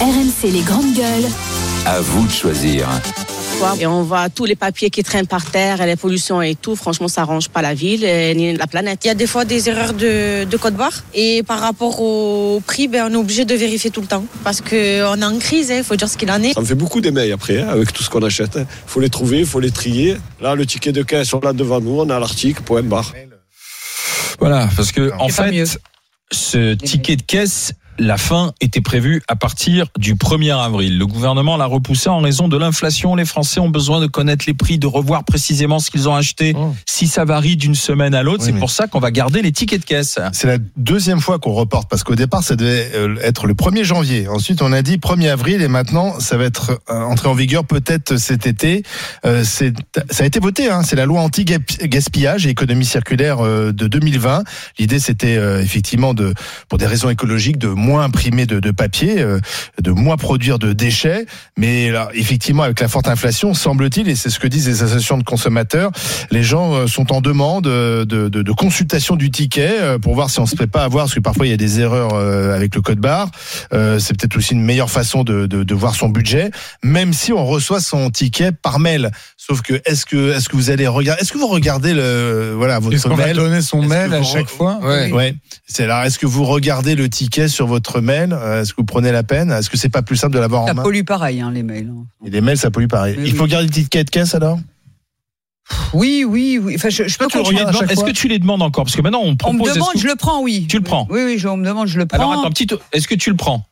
RMC les grandes gueules. À vous de choisir. Et on voit tous les papiers qui traînent par terre, et les pollutions et tout. Franchement, ça arrange pas la ville et ni la planète. Il y a des fois des erreurs de, de code barre. Et par rapport au prix, ben, on est obligé de vérifier tout le temps. Parce qu'on est en crise, il faut dire ce qu'il en est. Ça me fait beaucoup d'émails après, hein, avec tout ce qu'on achète. Il faut les trouver, il faut les trier. Là, le ticket de caisse, on l'a devant nous, on a l'article, point barre. Voilà, parce que en Et tant mieux. fait, ce ticket de caisse, la fin était prévue à partir du 1er avril. Le gouvernement l'a repoussé en raison de l'inflation. Les Français ont besoin de connaître les prix, de revoir précisément ce qu'ils ont acheté. Oh. Si ça varie d'une semaine à l'autre, Oui, c'est mais- pour ça qu'on va garder les tickets de caisse. C'est la deuxième fois qu'on reporte parce qu'au départ ça devait euh, être le 1er janvier. Ensuite on a dit 1er avril et maintenant ça va être euh, entré en vigueur peut-être cet été. Euh, c'est- ça a été voté, hein, c'est la loi anti-gaspillage et économie circulaire euh, de 2020. L'idée c'était euh, effectivement de, pour des raisons écologiques de moins imprimer de, de papier, euh, de moins produire de déchets. Mais là, effectivement avec la forte inflation semble-t-il, et c'est ce que disent les associations de consommateurs, les gens euh, sont en demande euh, de, de- de consultation du ticket euh, pour voir si on se fait pas avoir, parce que parfois il y a des erreurs euh, avec le code barre. Euh, c'est peut-être aussi une meilleure façon de, de- de voir son budget, même si on reçoit son ticket par mail. Sauf que est-ce que est-ce que vous allez regarder, est-ce que vous regardez le voilà votre Est-ce qu'on va mail donner son Est-ce mail que à vous- chaque fois Ouais. C'est là. Est-ce que vous regardez le ticket sur votre mail Euh, Est-ce que vous prenez la peine Est-ce que c'est pas plus simple de l'avoir en Ça main pollue pareil, hein, les mails. Et les mails, ça pollue pareil. Mais Il oui. faut garder le ticket de caisse alors Oui, oui, oui. Enfin, je, je Toi, peux tu comprendre. regardes à chaque Est-ce fois que tu les demandes encore Parce que maintenant, on On me propose. est-ce demande, que- je le prends, oui. Tu le prends Oui, oui, je- on me demande, je le prends. Alors attends, petit. Est-ce que tu le prends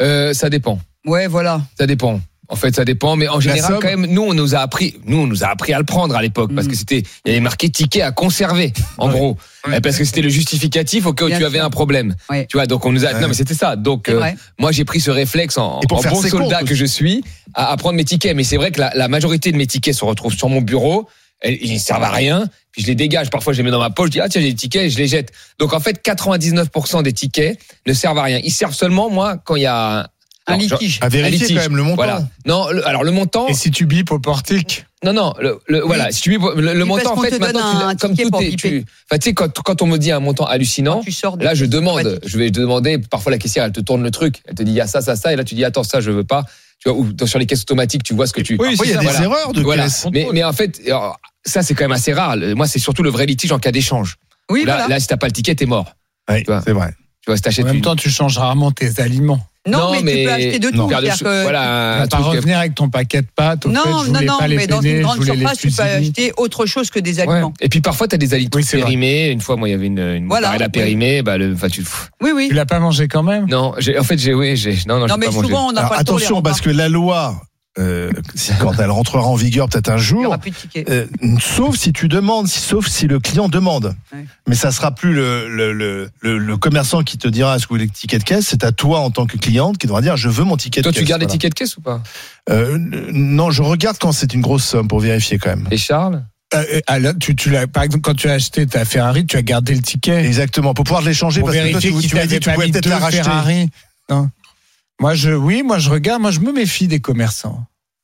Euh, ça dépend. Ouais, voilà. Ça dépend. En fait, ça dépend, mais en général, somme. quand même, nous, on nous a appris, nous, on nous a appris à le prendre à l'époque, parce Mm. que c'était, il y avait marqué ticket à conserver, en gros. Euh, Parce que c'était le justificatif au cas où Bien tu avais sûr. un problème. Ouais. Tu vois, donc on nous a, Ouais. non, mais c'était ça. Donc, C'est euh, vrai. moi, j'ai pris ce réflexe en, Et pour en faire bon ses soldat comptes que je suis, à, à prendre mes tickets. Mais c'est vrai que la, la majorité de mes tickets se retrouvent sur mon bureau, et ils servent à rien, puis je les dégage. Parfois, je les mets dans ma poche, je dis, ah, tiens, j'ai des tickets, et je les jette. Donc, en fait, 99% des tickets ne servent à rien. Ils servent seulement, moi, quand il y a un Un Alors, je- litige. À vérifier litige. quand même le montant. voilà. Non, le- alors le montant. Et si tu bipes au portique Non, non. Le, le- voilà. Si tu mets- le, le parce montant, en qu'on te fait, donne maintenant, tu- un comme ticket tout pour est, biper. tu, enfin, tu sais, quand, quand on me dit un montant hallucinant, Quand tu sors de- Ah là, je Ouais. demande. Je vais demander. Parfois, la caissière, elle te tourne le truc. Elle te dit, il y a ça, ça, ça, et là, tu dis, attends, ça, je veux pas. Tu vois, ou dans- sur les caisses automatiques, tu vois ce que tu. Parfois, il y a ça, des voilà. erreurs de Voilà. caisse. Mais, mais en fait, alors, ça, c'est quand même assez rare. Le- Moi, c'est surtout le vrai litige en cas d'échange. Oui, là, voilà. là, si t'as pas le ticket, t'es mort. Oui, Voilà. c'est vrai. Tu vois, si t'achètes En même une. temps, tu changes rarement tes aliments. Non, mais, tu peux acheter de tout. faire des c'est-à-dire choses- que- Voilà, un pas euh, truc. revenir avec ton paquet de pâtes. Au Non, fait, je non, voulais non, pas les mais dans pêner, une je grande voulais les surface, tu peux cuisiner. acheter autre chose que des Ouais. aliments. Et puis parfois, t'as des aliments Oui, c'est vrai. périmés. Une fois, moi, il y avait une, une Voilà. mozzarella périmée. Bah, le, enfin, tu. pff. Oui, oui. Tu l'as pas mangé quand même Non, j'ai- en fait, j'ai, oui, j'ai, non, non, Hum. Non, j'ai mais pas mangé. souvent, on n'a Alors, pas hein. le temps. attention, parce que la loi, euh, si- quand elle rentrera en vigueur peut-être un Il n'y jour, aura plus de tickets. euh, sauf si tu demandes, si- sauf si le client demande. Ouais. Mais ça sera plus le, le, le, le- le commerçant qui te dira est-ce que vous voulez le ticket de caisse, c'est à toi en tant que cliente qui devra dire je veux mon ticket Toi, de tu caisse. gardes les Voilà. tickets de caisse ou pas Euh, n- Non, je regarde quand c'est une grosse somme pour vérifier quand même. Et Charles Euh, euh, Alain, tu, tu l'as, par exemple, quand tu as acheté ta Ferrari, tu as gardé le ticket Exactement, pour pouvoir l'échanger pour parce que toi, vérifier tu, qu'il tu m'as dit t'avait que tu pas pouvais mis peut-être deux la racheter. Ferrari. Non. Moi, je, oui, moi, je regarde. Moi, je me méfie des commerçants.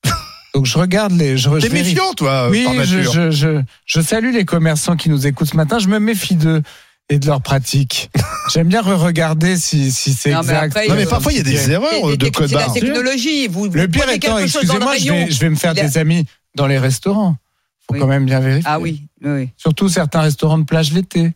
Donc, je regarde les. Je, je T'es vérifie. méfiant, toi, euh, Oui, par je, nature. je, je, je salue les commerçants qui nous écoutent ce matin. Je me méfie d'eux et de leurs pratiques. J'aime bien regarder si, si c'est Non, mais exact. après, Non, mais parfois, il y a des erreurs C'est- euh, de c'est- code C'est la barre. technologie. Vous, vous Le pire prenez étant, quelque chose dans le excusez-moi, je rayon. vais, je vais me faire Il a- des amis dans les restaurants. Faut Oui. quand même bien vérifier. Ah oui, oui, oui. Surtout certains restaurants de plage l'été.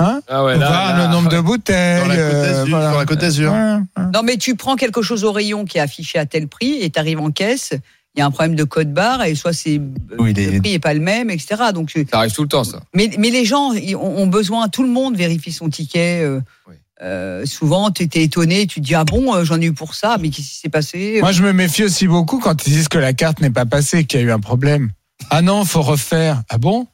Hein Ah ouais, Voir le nombre de bouteilles. Dans la Côte euh, d'Azur, voilà. sur la Côte d'Azur. Ouais, ouais. Non, mais tu prends quelque chose au rayon qui est affiché à tel prix et tu arrives en caisse. Il y a un problème de code barre et soit c'est Oui, il le est- prix n'est pas le même, etc. Donc, euh, tu- Ça arrive tout le temps, ça. mais, mais les gens ils ont ont besoin, tout le monde vérifie son ticket. euh, Oui. euh, souvent, tu étais étonné, tu te dis Ah bon, euh, j'en ai eu pour ça, mais qu'est-ce qui s'est passé Moi, je me méfie aussi beaucoup quand ils disent que la carte n'est pas passée, qu'il y a eu un problème. Ah non, faut refaire. Ah bon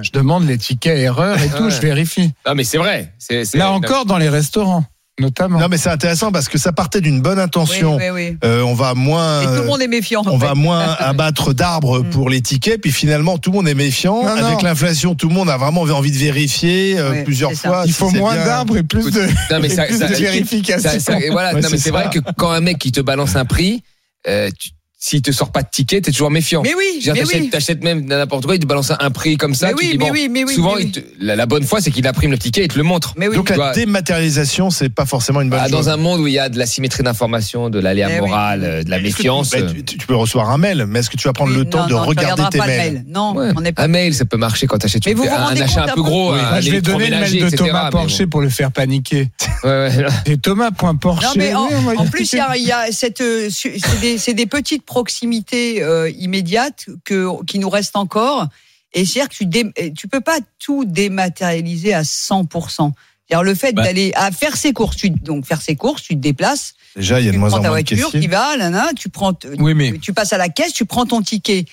Je demande les tickets erreurs et tout, Ouais. je vérifie. Non, mais c'est vrai. C'est, c'est- Là encore, dans les restaurants, notamment. Non, mais c'est intéressant parce que ça partait d'une bonne Oui, intention. oui, oui. Euh, on va moins. Et tout le monde est méfiant. en on fait. va moins abattre d'arbres Mm. pour les tickets, puis finalement tout le monde est méfiant. Non, non. Avec l'inflation, tout le monde a vraiment envie de vérifier euh, Ouais, plusieurs c'est ça. fois. Il si faut c'est moins bien. d'arbres et plus de, Non, mais et ça, plus ça- de ça- vérifications. ça- et voilà. Ouais, non, mais c'est c'est vrai ça. que quand un mec qui te balance un prix, euh, tu- s'il te sort pas de ticket, t'es toujours méfiant. Mais oui, Je veux dire, mais T'achètes oui. t'achètes même n'importe quoi, il te balance un prix comme ça. Mais tu oui, dis, mais bon, oui, mais oui, souvent, mais il te- la, la bonne fois, c'est qu'il imprime le ticket et il te le montre. Mais oui. Donc Tu la vois, dématérialisation, c'est pas forcément une bonne ah, chose. dans un monde où il y a de la symétrie d'information, de l'aléa Mais Eh oui. morale, euh, de la Est-ce que tu- méfiance. bah, tu, tu peux recevoir un mail, mais est-ce que tu vas prendre Oui, le non, temps de non, tu regarder regarderas tes pas le mails mail. Non, Ouais. on n'est pas. Un mail, ça peut marcher quand t'achètes Mais vous vous un, rendez achat compte un peu un peu gros. euh, Oui, un Là, Ah, je vais donner le électroménager, mail de etc., Thomas mais Porcher pour le faire paniquer. bon. Ouais, ouais. Et Thomas.porcher. Non, mais en, oui, on va en dire plus, que- il y a, il y a cette, euh, su- c'est des, c'est des petites proximités euh, immédiates que, qui nous restent encore. Et c'est-à-dire que tu dé- tu peux pas tout dématérialiser à 100%. C'est-à-dire le fait Bah. d'aller à faire ses courses, tu, donc faire ses courses, tu te déplaces, Déjà, il y a de tu moins prends en ta moins de voiture, tu caissiers. vas, nanana, tu prends, t- Oui, mais tu passes à la caisse, tu prends ton ticket.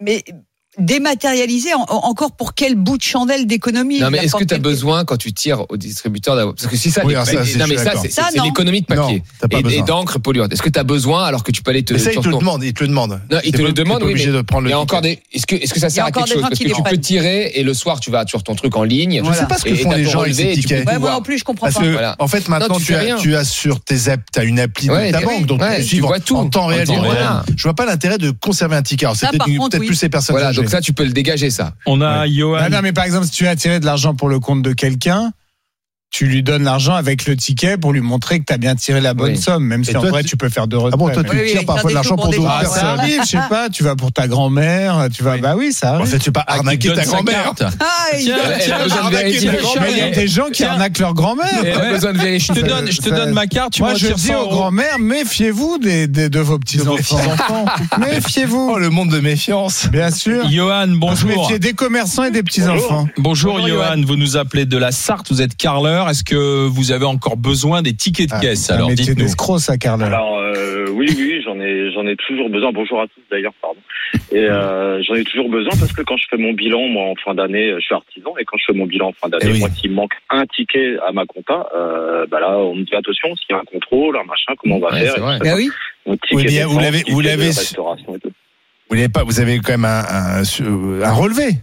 Mais dématérialiser en- en- encore pour quel bout de chandelle d'économie Non, mais Il est-ce que apporte t'as quelque- besoin, quand tu tires au distributeur, d'avoir. Parce que si ça, Oui, les- alors ça, c'est- non, je mais suis ça, d'accord. c'est Ça, c'est non. l'économie de Non, papier. t'as pas et, et besoin. d'encre polluante. Est-ce que t'as besoin alors que tu peux aller te. Mais ça, sur il te le ton- demande. Il te le demande. Non, T'es il te le pas- t'es demande, pas oui, obligé mais- de prendre Il y le a encore ticket. des. Est-ce que, est-ce que ça Il y a sert à encore quelque des chose gens Parce qui que tu peux déprennent. tirer et le soir tu vas sur ton truc en ligne. Je sais pas ce que Et- et font t'as les ton gens avec relevé ces et tu peux tickets. tout Ouais, moi voir. non plus, je comprends Parce pas. que, Voilà. en fait, maintenant, Non, tu tu, fais as, rien. tu as sur tes apps, tu as une appli Ouais, de ta t'es- banque, donc ouais, tu peux tu suivre vois tout. en temps En réel. temps tu vois. réel. Je vois pas l'intérêt de conserver un ticket. Alors, c'est Ça, peut-être par contre, peut-être oui. plus les personnes Voilà, âgées. donc ça tu peux le dégager ça. On a Johan. Ah non, mais par exemple, si tu as attiré de l'argent pour le compte de quelqu'un, tu lui donnes l'argent avec le ticket pour lui montrer que tu as bien tiré la bonne Oui. somme, même si en toi, vrai, tu- tu peux faire deux retraits. Ah bon, toi, mais- Oui, tu oui, tires faire parfois de des l'argent sous pour pour des d'autres gens, Ah, ouais. ça personnes. Voilà. arrive, je sais pas, tu vas pour ta grand-mère, tu vas, bah oui, ça En arrive. fait, tu vas Ah, qui arnaquer donne ta sa grand-mère. carte. Ah, il- Tiens, Elle a besoin de arnaquer vérifier. ta Mais il y a grand-mère. des gens qui Tiens. arnaquent leur Elle grand-mère. a besoin de Je vérifier. te donne, je te donne ma carte, tu Moi, m'en je tires dis 100 aux euros. grand-mères, méfiez-vous des, des- de vos petits-enfants. méfiez-vous. Oh, le monde de méfiance. Ah, Bien sûr. Johan, bonjour. Méfiez des commerçants et des petits-enfants. Bonjour, Bonjour, Johan. vous nous appelez de la Sarthe, vous êtes carleur. Est-ce que vous avez encore besoin des tickets de Ah, caisse Un Alors métier dites-nous. d'escroc, ça, Carla. Alors euh, oui, oui, j'en ai, j'en ai toujours besoin. Bonjour à tous d'ailleurs, pardon. Et euh, j'en ai toujours besoin parce que quand je fais mon bilan, moi en fin d'année, je suis artisan et quand je fais mon bilan en fin d'année, Eh oui. moi s'il me manque un ticket à ma compta, euh, bah là on me dit attention, s'il y a un contrôle, un machin, comment on va Ouais, faire c'est vrai. Bah oui. Mon ticket Oui, mais de vous dépense, l'avez- ticket vous de l'avez- restauration et tout. Vous n'avez pas, vous avez quand même un, un, un relevé.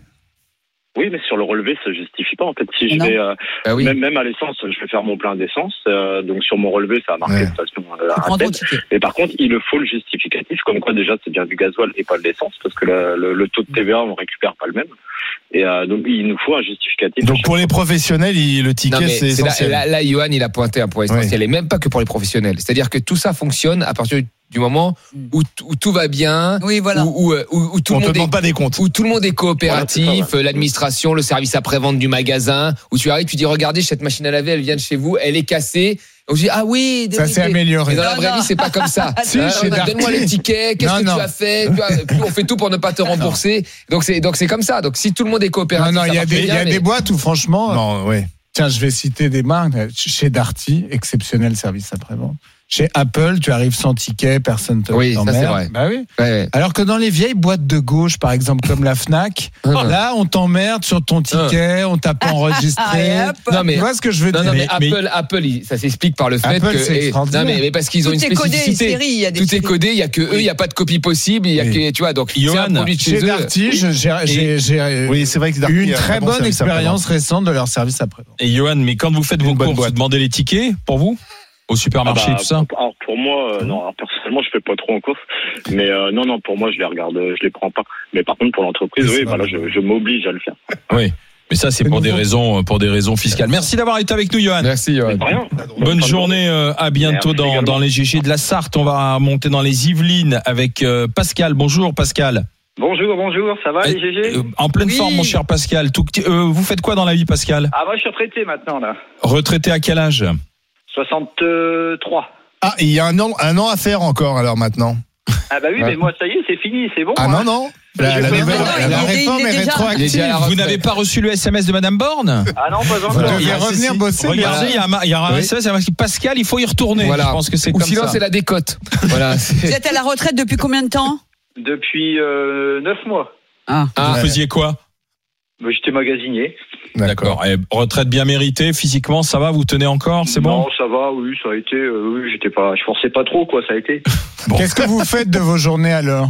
Oui, mais sur le relevé, ça justifie pas. En fait, si je Non. vais euh, Ah oui. même, même à l'essence, je vais faire mon plein d'essence, euh, donc sur mon relevé, ça a marqué Ouais. de façon euh, Prends un ton tel. ticket. Mais par contre, il le faut le justificatif, comme quoi déjà c'est bien du gasoil et pas de l'essence, parce que le, le- le taux de TVA, on récupère pas le même. Et euh, donc il nous faut un justificatif. Donc pour les professionnels, il- le Non, ticket, mais c'est c'est là, essentiel. là, là, Johan, il a pointé un point essentiel, et même pas que pour les professionnels. C'est-à-dire que tout ça fonctionne à partir du moment où, t- où tout va bien, Oui, voilà. où, où, euh, où- où tout On le te monde est demande pas des comptes. où tout le monde est coopératif, Voilà, c'est euh, l'administration, le service après-vente du magasin, où tu arrives, tu dis regardez cette machine à laver, elle vient de chez vous, elle est cassée. On dit ah oui, Ça oui, s'est oui. amélioré. Mais dans la vraie Non, vie, non. c'est pas comme ça. Si, Hein, chez on a- Darty. Donne-moi le ticket. Qu'est-ce Non, que non. tu as fait Tu vois, puis On fait tout pour ne pas te rembourser. Donc c'est donc c'est comme ça. Donc si tout le monde est Non, coopératif, non, ça il y a marche des, il y bien, a mais- des boîtes où, franchement, Non, oui. Tiens, je vais citer des marques. Chez Darty, exceptionnel service après-vente. Chez Apple, tu arrives sans ticket, personne te Oui, ça, t'emmerde. c'est vrai. Bah oui. Ouais, ouais. Alors que dans les vieilles boîtes de gauche, par exemple, comme la Fnac, Ah. là, on t'emmerde sur ton ticket, on t'a pas enregistré. Ah, et hop. Non mais Tu vois ce que je veux non, dire non, mais, mais- Apple, Apple, il- ça s'explique par le fait Apple, que c'est eh, non extraordinaire. mais, mais parce qu'ils ont Tout une est codé, une spécificité. série, il y a des tout est séries. codé, il y a que eux, il y a pas de copie possible, il y a Oui. que tu vois donc c'est Johan, un produit de chez Chez eux. Darty, je- j'ai j'ai- j'ai Oui, c'est vrai que Darty eu une a un très bon bonne service après-vente. expérience récente de leur service après-vente. Et Johan, mais quand vous faites Une vos bonne courses, boîte. vous demandez les tickets pour vous Au supermarché, Ah bah, tout ça pour- Alors pour moi, euh, non. alors personnellement, je fais pas trop en course, mais euh, non, non, pour moi, je les regarde, euh, je les prends pas. Mais par contre, pour l'entreprise, Mais c'est oui, bah pas là, mal. je, je m'oblige à le faire. Mais ça, c'est C'est pour des nouveau. raisons, pour des raisons fiscales. Merci d'avoir été avec nous, Johan. Merci. Johan. Mais pas rien. Bonne Enfin, journée, euh, à bientôt Merci dans, également. dans les GG de la Sarthe. On va monter dans les Yvelines avec euh, Pascal. Bonjour, Pascal. Bonjour, bonjour, ça va les GG Euh, en pleine Oui. forme, mon cher Pascal. Tout petit- euh, vous faites quoi dans la vie, Pascal Ah, moi, je suis retraité maintenant, là. Retraité à quel âge 63. Ah, il y a un an, un an à faire encore alors maintenant. Ah, bah oui, Ouais. mais moi, ça y est, c'est fini, c'est bon. Ah non hein. non. La, la Mais nouvelle- non, la il est- réforme il est est déjà- Il est rétroactive. déjà à la Vous retraite. n'avez pas reçu le SMS de Madame Borne Ah non, pas Voilà. encore. Vous Ah, devez si, revenir si. bosser. Regardez, Voilà. il y a un- il y, aura un Oui. SMS ça marque Pascal, il faut y retourner. Voilà. Je pense que c'est Ou comme sinon ça. c'est la décote. Voilà. Vous êtes à la retraite depuis combien de temps Depuis 9 mois. Ah. Vous faisiez quoi Bah, J'étais magasinier. D'accord. Eh, retraite bien méritée, physiquement, ça va, vous tenez encore, c'est bon Non, ça va, oui, ça a été. euh, oui, j'étais pas, je forçais pas trop, quoi, ça a été. Qu'est-ce que vous faites de vos journées alors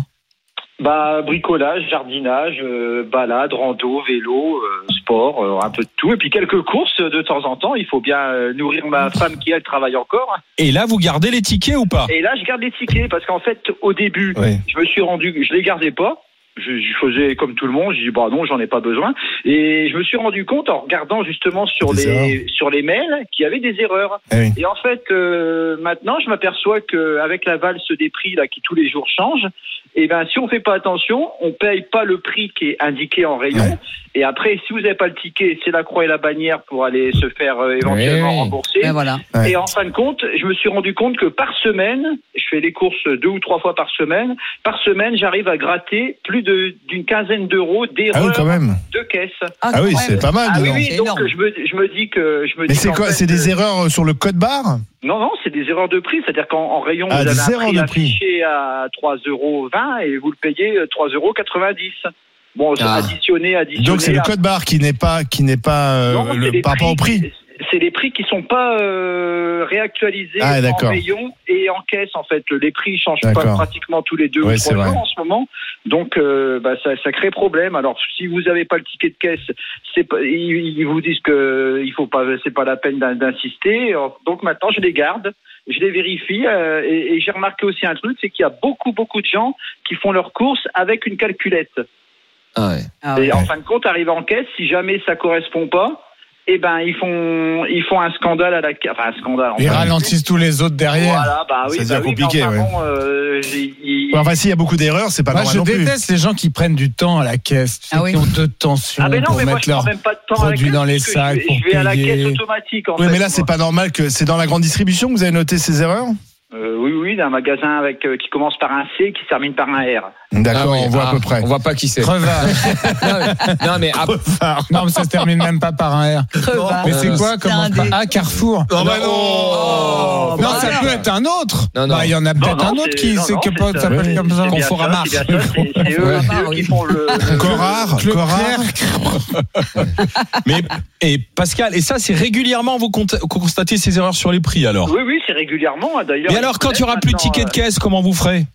Bah, bricolage, jardinage, euh, balade, rando, vélo, euh, sport, euh, un peu de tout. Et puis quelques courses de temps en temps. Il faut bien euh, nourrir ma femme qui, elle, travaille encore. Et là, vous gardez les tickets ou pas Et là, je garde les tickets parce qu'en fait, au début, Oui. je me suis rendu, je les gardais pas. Je, je faisais comme tout le monde. Je dis bah non, j'en ai pas besoin. Et je me suis rendu compte en regardant justement sur Des les erreurs. sur les mails qu'il y avait des erreurs. Eh oui. Et en fait, euh, maintenant, je m'aperçois que avec la valse des prix là qui tous les jours change, et ben si on fait pas attention, on paye pas le prix qui est indiqué en rayon. Ouais. Et après, si vous n'avez pas le ticket, c'est la croix et la bannière pour aller se faire euh, éventuellement Ouais. rembourser. Ben voilà. Ouais. Et en fin de compte, je me suis rendu compte que par semaine, je fais les courses deux ou trois fois par semaine, par semaine, j'arrive à gratter plus de- d'une quinzaine d'euros Ah oui, d'erreurs quand même. de caisse. Ah oui, c'est pas mal. Ah dis oui, donc. oui, C'est donc énorme. je me, je me dis que... Je me Mais dis c'est qu'en quoi fait, euh, C'est des erreurs euh, sur le code barre Non, non, c'est des erreurs de prix. C'est-à-dire qu'en en rayon, Ah, vous des avez un erreurs prix de prix. affiché à 3,20 euros et vous le payez euh, 3,90 euros. Bon, Ah. additionné, additionné... Donc c'est le à- code barre qui n'est pas qui n'est pas euh, Non, le- c'est les par rapport au prix. C'est les prix qui sont pas euh, réactualisés Ah, en d'accord. rayon et en caisse en fait. Les prix changent pas D'accord. pratiquement tous les deux Ouais, ou c'est trois vrai. jours en ce moment, donc euh, bah, ça, ça crée problème. Alors si vous n'avez pas le ticket de caisse, c'est pas- ils, ils vous disent que il faut pas, c'est pas la peine d'in- d'insister. Donc maintenant je les garde. Je les vérifie euh, et, et j'ai remarqué aussi un truc, c'est qu'il y a beaucoup beaucoup de gens qui font leurs courses avec une calculette. Ah ouais. Ah Et ouais. en fin de compte, arrivé en caisse, si jamais ça correspond pas, eh ben ils font ils font un scandale à la ca- enfin un scandale. Ils enfin, ralentissent tous les autres derrière. Voilà, bah oui, Ça bah devient oui, mais compliqué, enfin ouais. bon, euh, j'ai- il- Enfin s'il y a beaucoup d'erreurs, c'est pas Moi, normal je non plus. déteste les gens qui prennent du temps à la caisse, tu sais, Ah oui. qui ont de tension Ah mais non, pour mais moi mettre je prends leur. même pas de temps avec produits eux, dans les parce que sacs je vais, pour je vais à la payer. caisse automatique en Oui, fait. mais là c'est moi. pas normal que c'est dans la grande distribution que vous avez noté ces erreurs. Euh, oui oui, d'un magasin avec euh, qui commence par un C et qui se termine par un R. D'accord, Ah oui, on voit ah, à peu près. On voit pas qui c'est. Crevard. non, mais- non, mais après- non, mais ça se termine même pas par un R. Crevard. Mais c'est Euh, quoi bah, c'est Comment un par des- Ah, Carrefour. Non, mais non. Oh. Non, bah, ça merde. peut être un autre. Non, non. Bah, Il y en a peut-être un autre qui sait que pas- s'appelle comme ça. Conforama. Conforama. C'est bien ça, c'est- c'est eux Ouais. c'est eux qui font le. le- Euh, Corard, Corard. Mais et Pascal, et ça c'est régulièrement vous cont- constatez ces erreurs sur les prix alors. Oui, oui, c'est régulièrement, hein, d'ailleurs. Et alors quand il y aura plus de tickets de caisse, comment vous ferez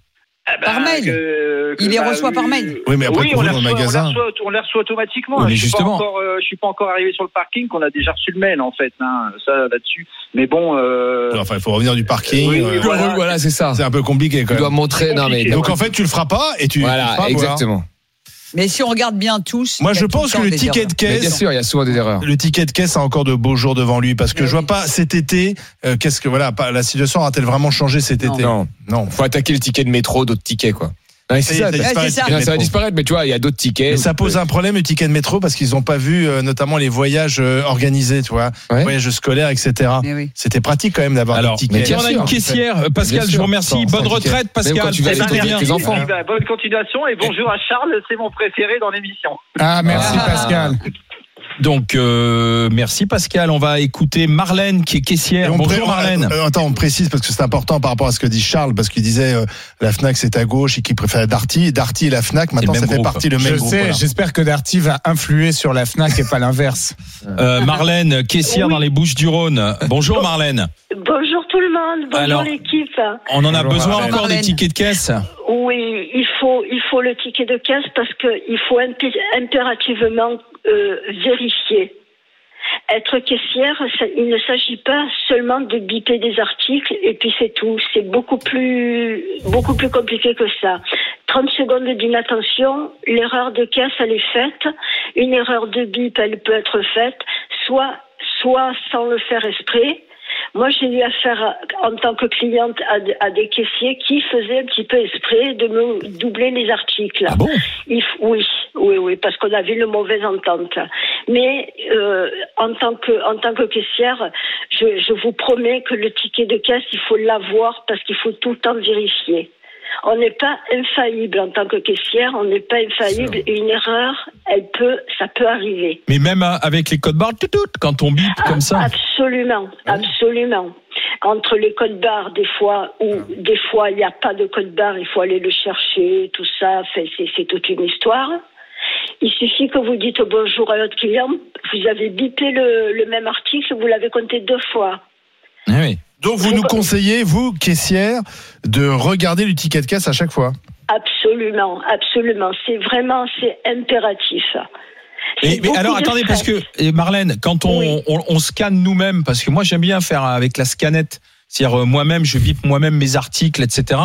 Ah bah, Par mail. que- que- Il les reçoit par oui, mail. Oui, mais après, oui, pour on vous, les dans reçoit, le on les magasin. reçoit, on les reçoit automatiquement. Oui, mais je suis justement. pas encore, euh, je suis pas encore arrivé sur le parking. On a déjà reçu le mail en fait, hein, ça là-dessus. Mais bon, euh, Enfin, il faut revenir du parking. Oui, oui, euh, voilà. Ah, Voilà, c'est ça. C'est un peu compliqué Tu quand dois même. montrer. Non, mais. Donc en fait, tu le feras pas et tu. tu le feras, Voilà, voilà. exactement. Mais si on regarde bien tous. Moi, il y a je tout pense que temps le des ticket erreurs. de Mais bien caisse. sûr, il y a souvent des erreurs. Le ticket de caisse a encore de beaux jours devant lui parce que Mais je vois oui. pas cet été. euh, Qu'est-ce que voilà, pas- la situation aura-t-elle vraiment changé cet Non. été Non. Non. Faut attaquer le ticket de métro, d'autres tickets, quoi. Non, mais c'est ça. Ça y est, ça Ouais, disparaît, c'est le ça. Non, ticket ça va de métro. disparaître, mais tu vois, il y a d'autres tickets. Et ça pose un problème, le ticket de métro, parce qu'ils n'ont pas vu euh, notamment les voyages euh, organisés, tu vois, Ouais. voyages scolaires, etc. Mais oui. C'était pratique quand même d'avoir Alors, des tickets. bien on a une sûr. caissière. Euh, Pascal, Bien je vous sûr. remercie. Sans- Bonne sans retraite, Pascal. Même quand tu vas Très aller bien. t'occuper de tes enfants. hein. eh ben, bonne continuation et bonjour à Charles, c'est mon préféré dans l'émission. Ah, merci Ah. Pascal. Donc, euh, merci Pascal. On va écouter Marlène qui est Et caissière. on pré- Bonjour on- Marlène. euh, attends, on précise parce que c'est important par rapport à ce que dit Charles, parce qu'il disait euh, la Fnac c'est à gauche et qu'il préfère Darty. Darty et la Fnac, maintenant le ça même fait groupe. partie le même Je groupe. sais, voilà. j'espère que Darty va influer sur la Fnac et pas l'inverse. Euh, Marlène, caissière dans les Bouches du Rhône. Bonjour Marlène. Bonjour tout le monde, bonjour Alors- l'équipe. On en a Bonjour, besoin Marlène. encore des Marlène. tickets de caisse. Oui, il faut, il faut le ticket de caisse parce qu'il faut impé- impérativement euh, vérifier. Être caissière, ça- il ne s'agit pas seulement de biper des articles et puis c'est tout. C'est beaucoup plus, beaucoup plus compliqué que ça. 30 secondes d'inattention, l'erreur de caisse, elle est faite. Une erreur de bip, elle peut être faite, soit, soit sans le faire exprès. Moi, j'ai eu affaire à- en tant que cliente à, d- à des caissiers qui faisaient un petit peu exprès de me doubler les articles. Ah bon Il f- oui, oui, oui, parce qu'on avait une mauvaise entente. Mais euh, en tant que en tant que caissière, je, je vous promets que le ticket de caisse, il faut l'avoir parce qu'il faut tout le temps vérifier. On n'est pas infaillible en tant que caissière, on n'est pas infaillible. Et une erreur, elle peut, ça peut arriver. Mais même euh, avec les codes barres, tout, tout, quand on bip comme ça. Absolument, absolument. Entre les codes barres, des fois, où des fois il n'y a pas de code barre, il faut aller le chercher, tout ça, fait- c'est c'est toute une histoire. Il suffit que vous dites bonjour à votre client, vous avez bipé le, le même article, vous l'avez compté deux fois. Ah oui. Donc vous nous conseillez, vous, caissière, de regarder le ticket de caisse à chaque fois Absolument, absolument. C'est vraiment, c'est impératif. Mais, mais beaucoup alors de attendez, stress. parce que eh, Marlène, quand on, on, on scanne nous-mêmes, parce que moi j'aime bien faire avec la scanette, c'est-à-dire euh, moi-même, je bip moi-même mes articles, etc.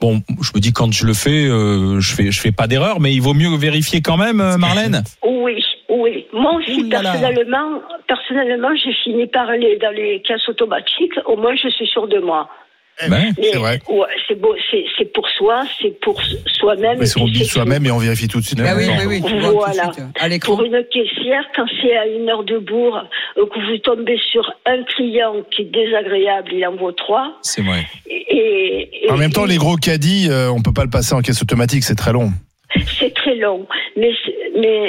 Bon, je me dis quand je le fais, euh, je fais, je fais pas d'erreur, mais il vaut mieux vérifier quand même, euh, Marlène. Oui, oui. Moi aussi, Ouh là là. personnellement, personnellement, j'ai fini par aller dans les caisses automatiques. Au moins, je suis sûre de moi. Eh, Ben, Mais, c'est vrai. ouais, c'est beau, c'est, c'est pour soi, c'est pour soi-même. Mais si on et puis dit c'est soi-même et on vérifie tout de suite. Ah oui, Bon. oui, oui, tu vois tout de Voilà. suite. hein. À l'écran. Pour une caissière, quand c'est à une heure de bourg, euh, que vous tombez sur un client qui est désagréable, il en vaut trois. C'est vrai. Et, et- En même temps, les gros caddies, euh, on peut pas le passer en caisse automatique, c'est très long. c'est très long. Mais, c'est- mais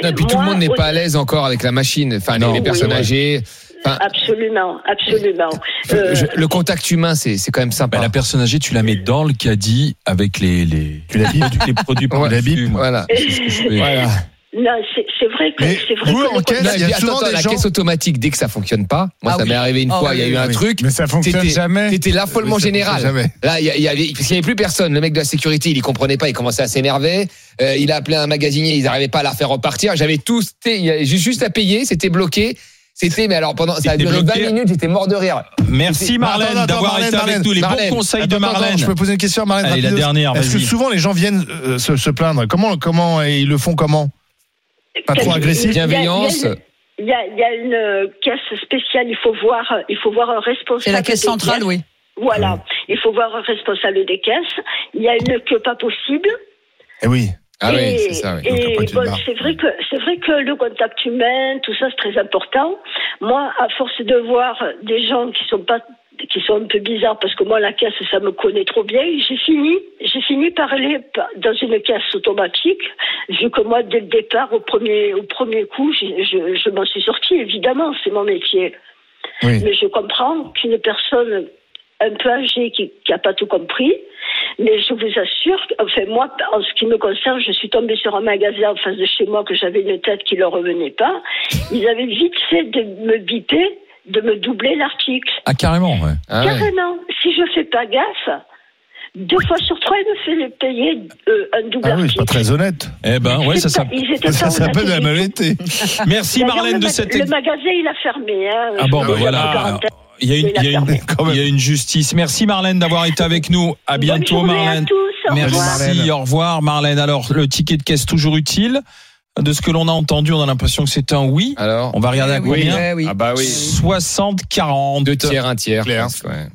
Et Ah, puis tout le moi, monde n'est au- pas à l'aise encore avec la machine, enfin les- Non. les personnes Oui. âgées. Enfin, Absolument, absolument. Euh, je- le contact humain, c'est c'est quand même sympa. Ben, la personne âgée, tu la mets dans le caddie avec les les, Tu l'as dit les produits Ouais, par-dessus, la bip, moi. Voilà. C'est ce que je fais. Voilà. non, c'est, c'est vrai que Mais c'est vrai. vous, que le en caisse, Là, il y a puis, attends, souvent attends, des la gens- caisse automatique, dès que ça fonctionne pas, moi Ah ça oui. m'est arrivé une Ah fois, il y a oui, eu un oui. truc, Mais ça fonctionne C'était- jamais. c'était l'affolement Oui, ça général. fonctionne jamais. Là, il y, a- il y avait, parce qu'il y avait plus personne. Le mec de la sécurité, il y comprenait pas, il commençait à s'énerver. Euh, il a appelé un magasinier, ils n'arrivaient pas à la faire repartir. J'avais tous, j'ai juste à payer, c'était bloqué. C'était, mais alors pendant, ça a C'était duré bloqué. 20 minutes, j'étais mort de rire. Merci Attends, attends, Marlène d'avoir Marlène, été avec Marlène, nous. Les Marlène. bons conseils de Attends, attends, Marlène. je peux poser une question à Marlène Allez, la rapidos. dernière, Est-ce que vas-y. souvent les gens viennent euh, se, se plaindre Comment, comment et ils le font comment Pas trop agressif. Il y a- il y a une- Bienveillance. Il y, a, il y a une euh, caisse spéciale. Il faut voir, euh, il faut voir un responsable. C'est la caisse des centrale, caisses. oui. Voilà. Il faut voir un responsable des caisses. Il y a une queue pas possible. Eh oui. Ah oui, Et- c'est ça, oui. et Donc, après, tu te bon, barres. c'est vrai que c'est vrai que le contact humain, tout ça, c'est très important. Moi, à force de voir des gens qui sont pas qui sont un peu bizarres parce que moi la caisse ça me connaît trop bien j'ai fini j'ai fini par aller pa- dans une caisse automatique vu que moi dès le départ au premier au premier coup je, je, je m'en suis sortie évidemment c'est mon métier Oui. mais je comprends qu'une personne un peu âgée qui n'a pas tout compris. Mais je vous assure, que- enfin moi, en ce qui me concerne, je suis tombée sur un magasin en face de chez moi que j'avais une tête qui ne leur revenait pas. Ils avaient vite fait de me biper, de me doubler l'article. Ah carrément, ouais. Ah ouais. Carrément, si je fais pas gaffe, deux fois sur trois, ils me font payer euh, un double Ah oui, article. c'est pas très honnête. Eh ben ouais, C'est ça, pas- s'appelle- ils étaient pas Ça en s'appelle de la Afrique. malhonnêteté. Merci D'ailleurs, Marlène le de ma- cette Le magasin, il a fermé. hein. Ah bon, Je ben vous voilà. raconte. Il y, a une, Il a il, y a une, fermé. Quand même. il y a une justice. Merci Marlène d'avoir été avec nous. À bientôt Bonne journée Marlène. À tous, au Merci, revoir. Marlène. au revoir Marlène. Alors, le ticket de caisse toujours utile. De ce que l'on a entendu, on a l'impression que c'est un oui. Alors, On va regarder à Eh oui, combien eh oui. ah bah oui, 60-40. deux tiers, un tiers. Clair. presque, ouais.